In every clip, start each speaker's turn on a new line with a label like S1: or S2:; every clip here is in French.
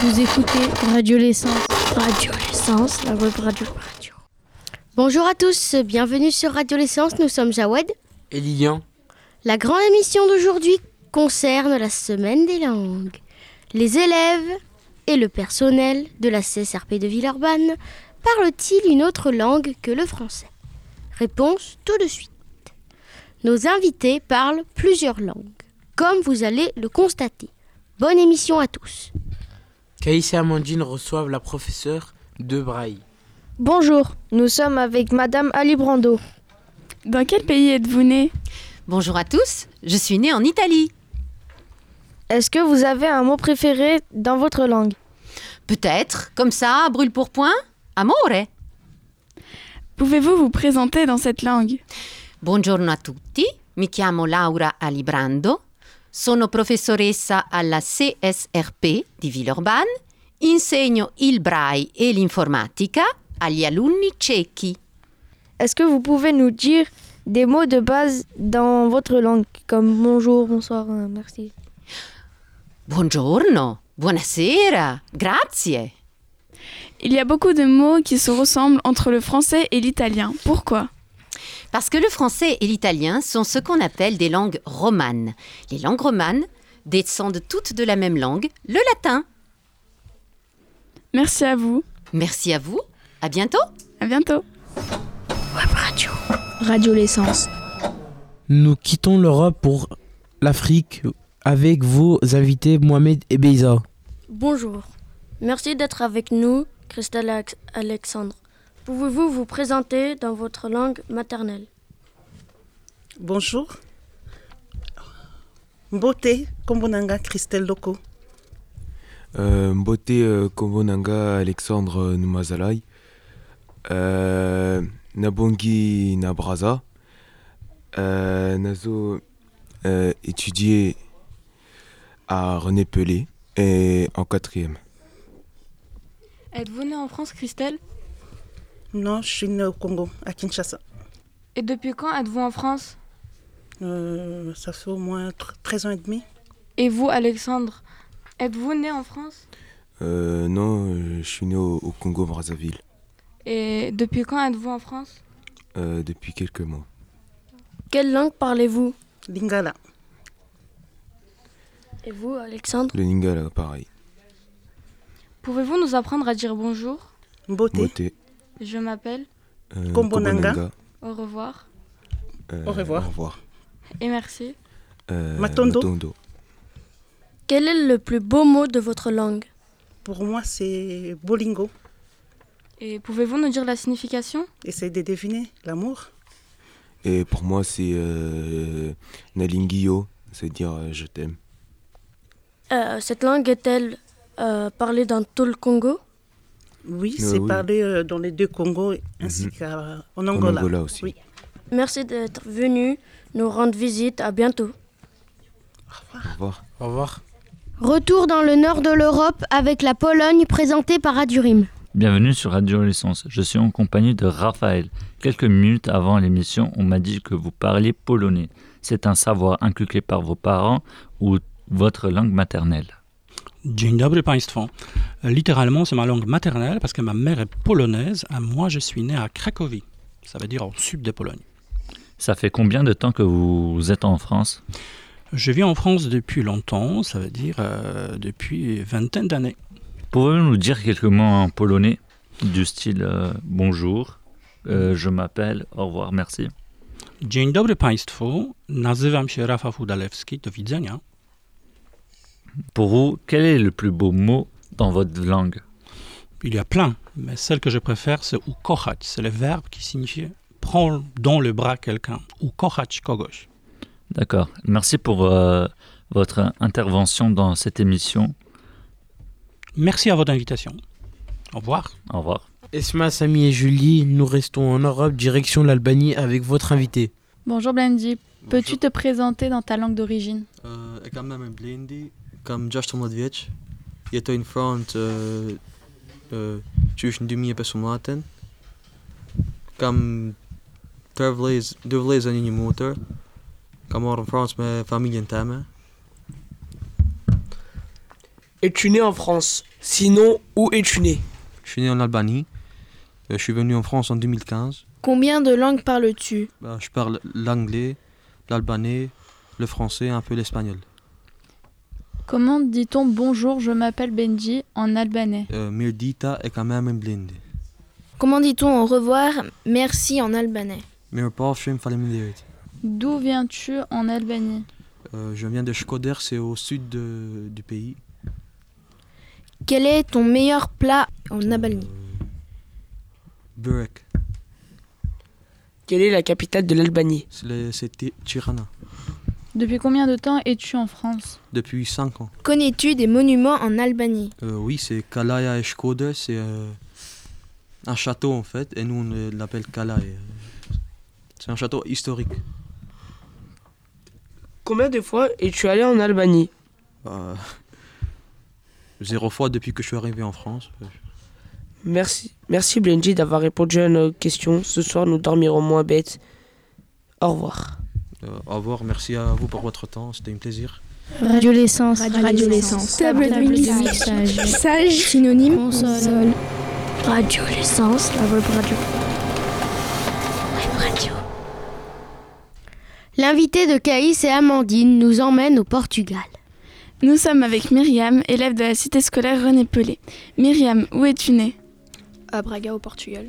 S1: Vous écoutez Radio L'Essence.
S2: Radio L'Essence, la web radio, radio. Bonjour à tous, bienvenue sur Radio L'Essence, nous sommes Jawed.
S3: Et Lilian.
S2: La grande émission d'aujourd'hui concerne la semaine des langues. Les élèves et le personnel de la CSRP de Villeurbanne parlent-ils une autre langue que le français Réponse tout de suite. Nos invités parlent plusieurs langues, comme vous allez le constater. Bonne émission à tous.
S3: Caïs et Amandine reçoivent la professeure de Braille.
S4: Bonjour, nous sommes avec Madame Ali Brando.
S5: Dans quel pays êtes-vous né
S6: Bonjour à tous, je suis né en Italie.
S4: Est-ce que vous avez un mot préféré dans votre langue
S6: Peut-être, comme ça, brûle pour point, amore.
S5: Pouvez-vous vous présenter dans cette langue
S6: Buongiorno a tutti, mi chiamo Laura Alibrando, sono professoressa alla CSRP di Villeurbanne, insegno il braille e l'informatica agli alunni ciechi.
S4: Est-ce que vous pouvez nous dire des mots de base dans votre langue, comme bonjour, bonsoir, euh, merci
S6: Buongiorno, buonasera, grazie.
S5: Il y a beaucoup de mots qui se ressemblent entre le français et l'italien. Pourquoi
S6: Parce que le français et l'italien sont ce qu'on appelle des langues romanes. Les langues romanes descendent toutes de la même langue, le latin.
S5: Merci à vous.
S6: Merci à vous. À bientôt.
S5: À bientôt.
S2: Web Radio.
S1: Radio L'Essence.
S7: Nous quittons l'Europe pour l'Afrique avec vos invités Mohamed et Beiza.
S2: Bonjour. Merci d'être avec nous, Christelle Alex- Alexandre. Pouvez-vous vous présenter dans votre langue maternelle
S8: Bonjour. Beauté, Kombonanga, Christelle Loco.
S9: Euh, Mbote euh, Kombonanga Alexandre Numazalai, euh, Nabongi Nabraza, euh, Nazo euh, étudié à René Pelé et en quatrième.
S10: Êtes-vous née en France, Christelle
S8: Non, je suis née au Congo, à Kinshasa.
S10: Et depuis quand êtes-vous en France
S8: Euh, ça fait au moins tr- 13 ans et demi.
S10: Et vous, Alexandre Êtes-vous né en France
S9: Euh, non, euh, je suis né au, au Congo Brazzaville
S10: Et depuis quand êtes-vous en France
S9: euh, depuis quelques mois.
S2: Quelle langue parlez-vous
S8: Lingala.
S2: Et vous, Alexandre
S9: Le Lingala, pareil.
S10: Pouvez-vous nous apprendre à dire bonjour
S8: Beauté.
S9: Mbote
S10: Je m'appelle,
S9: euh,
S8: Kombonanga.
S9: Kombonanga,
S10: au revoir
S9: euh,
S8: Au revoir.
S9: Au revoir.
S10: et merci.
S9: Euh,
S8: Matondo.
S9: Matondo.
S2: Quel est le plus beau mot de votre langue
S8: Pour moi, c'est Bolingo.
S10: Et pouvez-vous nous dire la signification
S8: Essaye de deviner l'amour.
S9: Et pour moi, c'est euh, Nalingio, c'est-à-dire euh, je t'aime.
S2: Euh, Cette langue est-elle euh, parlée dans tout le Congo
S8: Oui,
S9: Euh,
S8: c'est
S9: oui.
S8: parlé euh, dans les deux Congos ainsi qu'en
S9: En
S8: Angola.
S9: Angola aussi.
S8: Oui.
S2: Merci d'être venu nous rendre visite. À bientôt.
S9: Au revoir.
S3: Au revoir.
S2: Retour dans le nord de l'Europe avec la Pologne présentée par Adurim.
S11: Bienvenue sur Radio L'Essence. Je suis en compagnie de Raphaël. Quelques minutes avant l'émission, on m'a dit que vous parliez polonais. C'est un savoir inculqué par vos parents ou votre langue maternelle.
S12: Dzień dobry Państwu. Littéralement, c'est ma langue maternelle parce que ma mère est polonaise et moi, je suis né à Cracovie. Ça veut dire au sud de Pologne.
S11: Ça fait combien de temps que vous êtes en France
S12: Je vis en France depuis longtemps, ça veut dire euh, depuis une vingtaine d'années.
S11: Pouvez-vous nous dire quelques mots en polonais du style euh, bonjour, euh, je m'appelle, au revoir, merci
S12: Dzień dobry Państwu. Nazywam się Rafał Fudalewski. Do widzenia.
S11: Pour vous, quel est le plus beau mot dans votre langue
S12: Il y a plein, mais celle que je préfère, c'est ukochać. C'est le verbe qui signifie prendre dans le bras quelqu'un. Ukochać kogoś.
S11: D'accord. Merci pour euh, votre intervention dans cette émission.
S12: Merci à votre invitation. Au revoir.
S11: Au revoir.
S3: Esma, Samy et Julie, nous restons en Europe, direction l'Albanie avec votre invité.
S5: Bonjour Blendy. Peux-tu te présenter dans ta langue d'origine
S13: Uh, ik ben mijn blindi, ik ben just omdat weet. Je hebt in front tussen de mie personaten. Ik ben duivelezen in je motor. Ik ben maar in Frans met familie en thema.
S14: Es-tu né en France
S8: Sinon, où es-tu né
S9: Je suis né en Albanie. Euh, je suis venu en France en 2015.
S15: Combien de langues parles-tu
S9: Bah, je parle l'anglais, l'albanais, le français, un peu l'espagnol.
S16: Comment dit-on bonjour, je m'appelle Benji en albanais
S9: Euh, Mirdita e kamemen blinde.
S15: Comment dit-on au revoir merci en albanais
S9: Mir pafshim faleminderit.
S16: D'où viens-tu en Albanie
S9: Euh, Je viens de Shkoder, c'est au sud de- du pays.
S15: Quel est ton meilleur plat en Albanie
S9: Burek,
S8: Quelle est la capitale de l'Albanie
S9: c'est le- c'est Ti- Tirana,
S16: Depuis combien de temps es-tu en France
S9: depuis 5 ans.
S15: Connais-tu des monuments en Albanie
S9: Euh, oui, c'est Kalaya et Shkoder, c'est euh, un château en fait, et nous on euh, l'appelle Kalaya. C'est un château historique.
S8: Combien de fois es-tu allé en Albanie
S9: Euh, zéro fois depuis que je suis arrivé en France.
S8: Merci, merci Benji d'avoir répondu à nos questions. Ce soir, nous dormirons moins bêtes. Au revoir.
S9: Euh, au revoir, merci à vous pour votre temps, c'était un plaisir.
S15: Radiolescence.
S17: Radiolescence.
S15: Table de mixage. Sage. Synonyme. Console.
S11: Radiolescence.
S15: La web radio.
S11: L'invité de Caïs et Amandine nous emmène au Portugal.
S5: Nous sommes avec Myriam, élève de la cité scolaire René Pelé. Myriam, où es-tu née
S17: À Braga, au Portugal.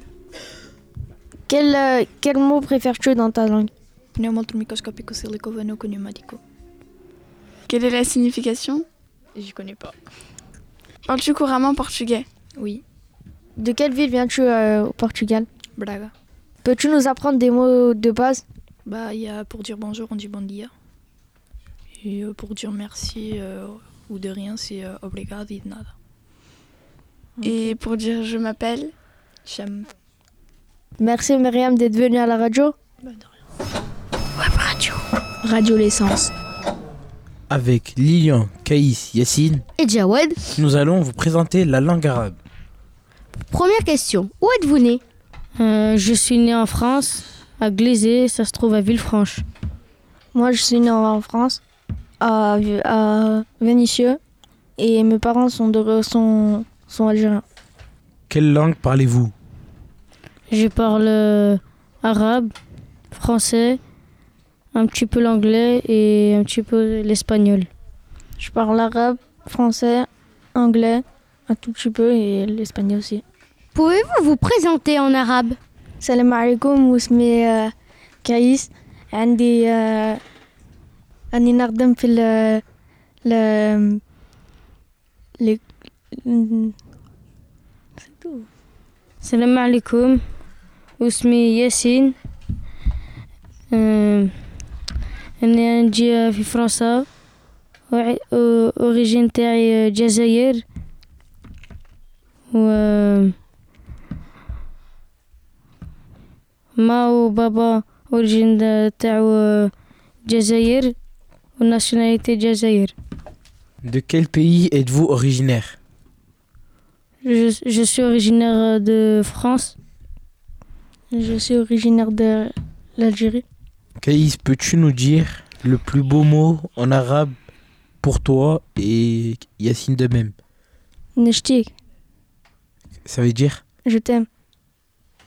S2: Quel, euh, quel mot préfères-tu dans ta langue
S17: Pneumontre microscopico silicovénoco pneumatico.
S5: Quelle est la signification
S17: Je connais pas.
S5: Parles-tu couramment portugais
S17: Oui.
S2: De quelle ville viens-tu euh, au Portugal
S17: Braga.
S2: Peux-tu nous apprendre des mots de base
S17: Bah, il y a pour dire bonjour, on dit bon dia. Et euh, pour dire merci euh, ou de rien, c'est euh, obrigado et de nada.
S5: Et pour dire je m'appelle
S17: J'aime.
S2: Merci Myriam d'être venue à la radio.
S15: Radio. Radiolescence.
S3: Avec Lilian, Caïs, Yacine,
S11: Et Jawed,
S3: nous allons vous présenter la langue arabe.
S11: première question. Où êtes-vous né
S10: Euh, je suis né en France, à Glazé, ça se trouve à Villefranche.
S2: Moi, je suis née en France, à, à Vénissieux, et mes parents sont, de, sont, sont algériens.
S3: Quelle langue parlez-vous
S10: Je parle euh, arabe, français, un petit peu l'anglais et un petit peu l'espagnol.
S2: Je parle arabe, français, anglais, un tout petit peu, et l'espagnol aussi.
S11: Pouvez-vous vous présenter en arabe
S2: Salam alaikum, ousmi euh, Kaïs. عندي euh, اني نخدم في ال ال ال-
S10: Salam alaikum, Ousmi Yassine. أنا نجي في فرنسا وع- أو- أوريجين تاعي جزائر و euh, ما وبابا أوريجين تاعو جزائر وناسيوناليتي جزائر
S3: De quel pays êtes-vous originaire
S10: Je, je suis originaire de France.
S2: Je suis originaire de l'Algérie.
S3: Caïs, peux-tu nous dire le plus beau mot en arabe pour toi et Yacine de même
S2: نشتيك
S3: Ça veut dire
S2: Je t'aime.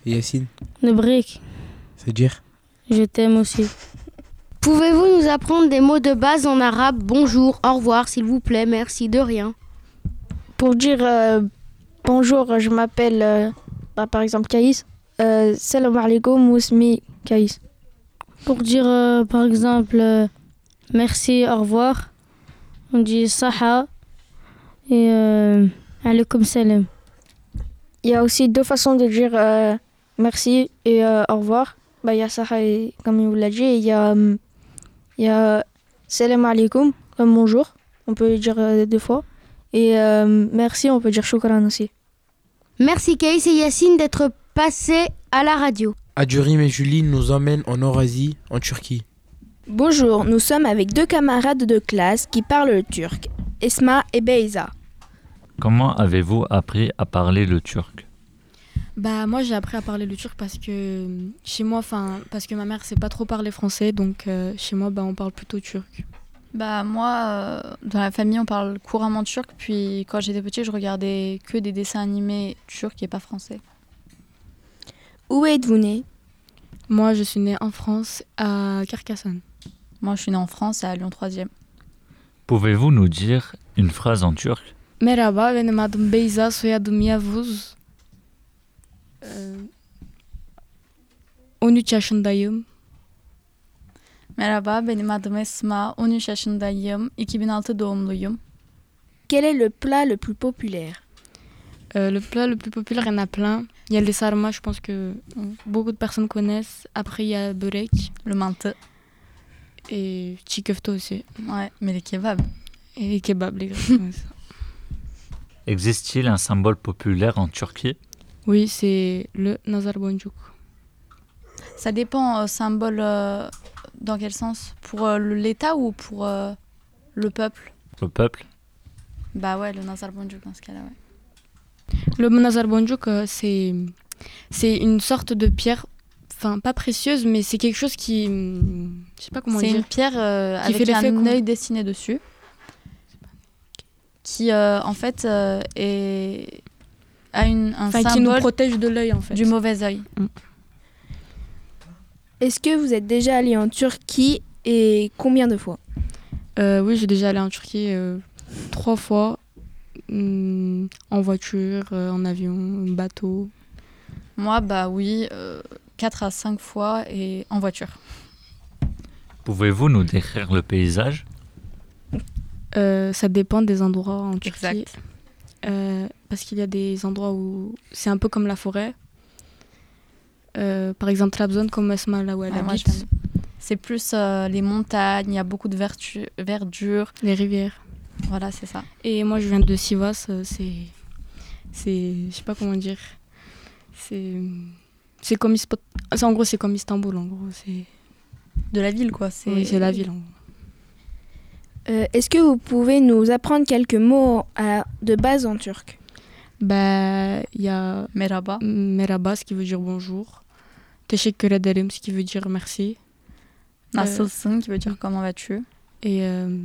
S3: Yacine
S10: Nebrek,
S3: Ça veut dire
S10: je t'aime aussi.
S11: Pouvez-vous nous apprendre des mots de base en arabe Bonjour, au revoir, s'il vous plaît, merci, de rien.
S2: Pour dire euh, bonjour, je m'appelle euh, bah, par exemple Kaïs. Euh, Salam alaikum, ousmi Kaïs.
S10: Pour dire euh, par exemple euh, merci, au revoir, on dit saha et euh, alaikum salam.
S2: Il y a aussi deux façons de dire euh, merci et euh, au revoir. Bah, il y a Sarah, et- comme il vous l'a dit, et il y a, hum, il y a euh, Salam alaikum, comme bonjour. On peut le dire euh, deux fois. Et euh, merci, on peut dire shukran aussi.
S11: Merci Caïs et Yacine d'être passés à la radio.
S3: Adurim et Julie nous emmènent en Eurasie, en Turquie.
S18: Bonjour, nous sommes avec deux camarades de classe qui parlent le turc, Esma et Beyza.
S19: Comment avez-vous appris à parler le turc
S20: Bah moi j'ai appris à parler le turc parce que euh, chez moi, enfin parce que ma mère sait pas trop parler français, donc euh, chez moi bah on parle plutôt turc.
S5: Bah moi, euh, dans la famille, on parle couramment turc. Puis quand j'étais petite, je regardais que des dessins animés turcs et pas français.
S21: Où êtes-vous né
S10: Moi, je suis née en France, à Carcassonne.
S5: Moi, je suis née en France, à Lyon 3e.
S22: Pouvez-vous nous dire une phrase en turc
S10: Merhaba, benim adım Beyza, soyadım Yavuz. Ee, 13 yaşındayım.
S5: Merhaba, benim adım Esma, 13 yaşındayım, 2006 doğumluyum.
S21: Quel est le plat le plus populaire
S10: Euh, le plat le plus populaire, il y en a plein. Il y a le sarma, je pense que beaucoup de personnes connaissent. Après, il y a börek.
S5: Le mantı.
S10: Et çiğ köfte aussi.
S5: Ouais, mais les kebabs.
S10: Et les kebabs, les gars. ouais, ça.
S22: Existe-t-il un symbole populaire en Turquie
S10: Oui, c'est le nazar bonjouk.
S5: Ça dépend, euh, symbole, euh, dans quel sens Pour euh, l'État ou pour euh, le peuple
S22: Le peuple
S5: Bah ouais, le Nazar Bonjour dans ce cas-là, ouais.
S10: Le nazar bonjouk, euh, c'est c'est une sorte de pierre, enfin pas précieuse, mais c'est quelque chose qui, hum, je sais pas comment
S5: C'est
S10: dire.
S5: une pierre euh,
S10: Qui
S5: avec
S10: fait l'effet
S5: un
S10: qu'on-
S5: œil dessiné dessus, qui euh, en fait euh, est a une, un
S10: Enfin,
S5: symbole
S10: qui nous protège de l'œil en fait.
S5: du mauvais œil.
S21: Est-ce que vous êtes déjà allé en Turquie et combien de fois
S10: Euh, oui, j'ai déjà allé en Turquie euh, trois fois, hum, en voiture, euh, en avion, bateau.
S5: Moi, bah oui, 4 à 5 fois et en voiture.
S22: Pouvez-vous nous décrire le paysage
S10: Euh, ça dépend des endroits en Turquie.
S5: Exact.
S10: Euh, parce qu'il y a des endroits où c'est un peu comme la forêt. Euh, par exemple, Trabzon, comme Esma, là où elle
S5: Ouais, moi,
S10: habite.
S5: je t'aime. C'est plus euh, les montagnes, il y a beaucoup de vertu- verdure.
S10: Les rivières.
S5: Voilà, c'est ça.
S10: Et moi, je viens de Sivas. euh, C'est. C'est. Je sais pas comment dire. C'est. C'est comme. Ispo- c'est- En gros, c'est comme Istanbul, en gros. C'est.
S5: De la ville, quoi. C'est
S10: oui, c'est la ville, en gros.
S21: Euh, Est-ce que vous pouvez nous apprendre quelques mots
S2: euh,
S21: à- de base en turc
S10: Bah, il y a
S5: Merhaba.
S10: Merhaba, ce qui veut dire bonjour. Teşekkür ederim, ce qui veut dire merci. Ah,
S5: euh, Nasılsın, qui veut dire comment vas-tu.
S10: Et, euh,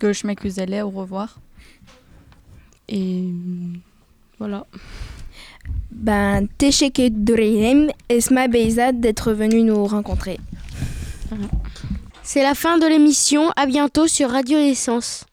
S5: Görüşmek üzere, au revoir.
S10: et voilà.
S21: Ben, Teşekkür ederim, Esma Beyza, d'être venue nous rencontrer.
S11: C'est la fin de l'émission. À bientôt sur Radio Essence.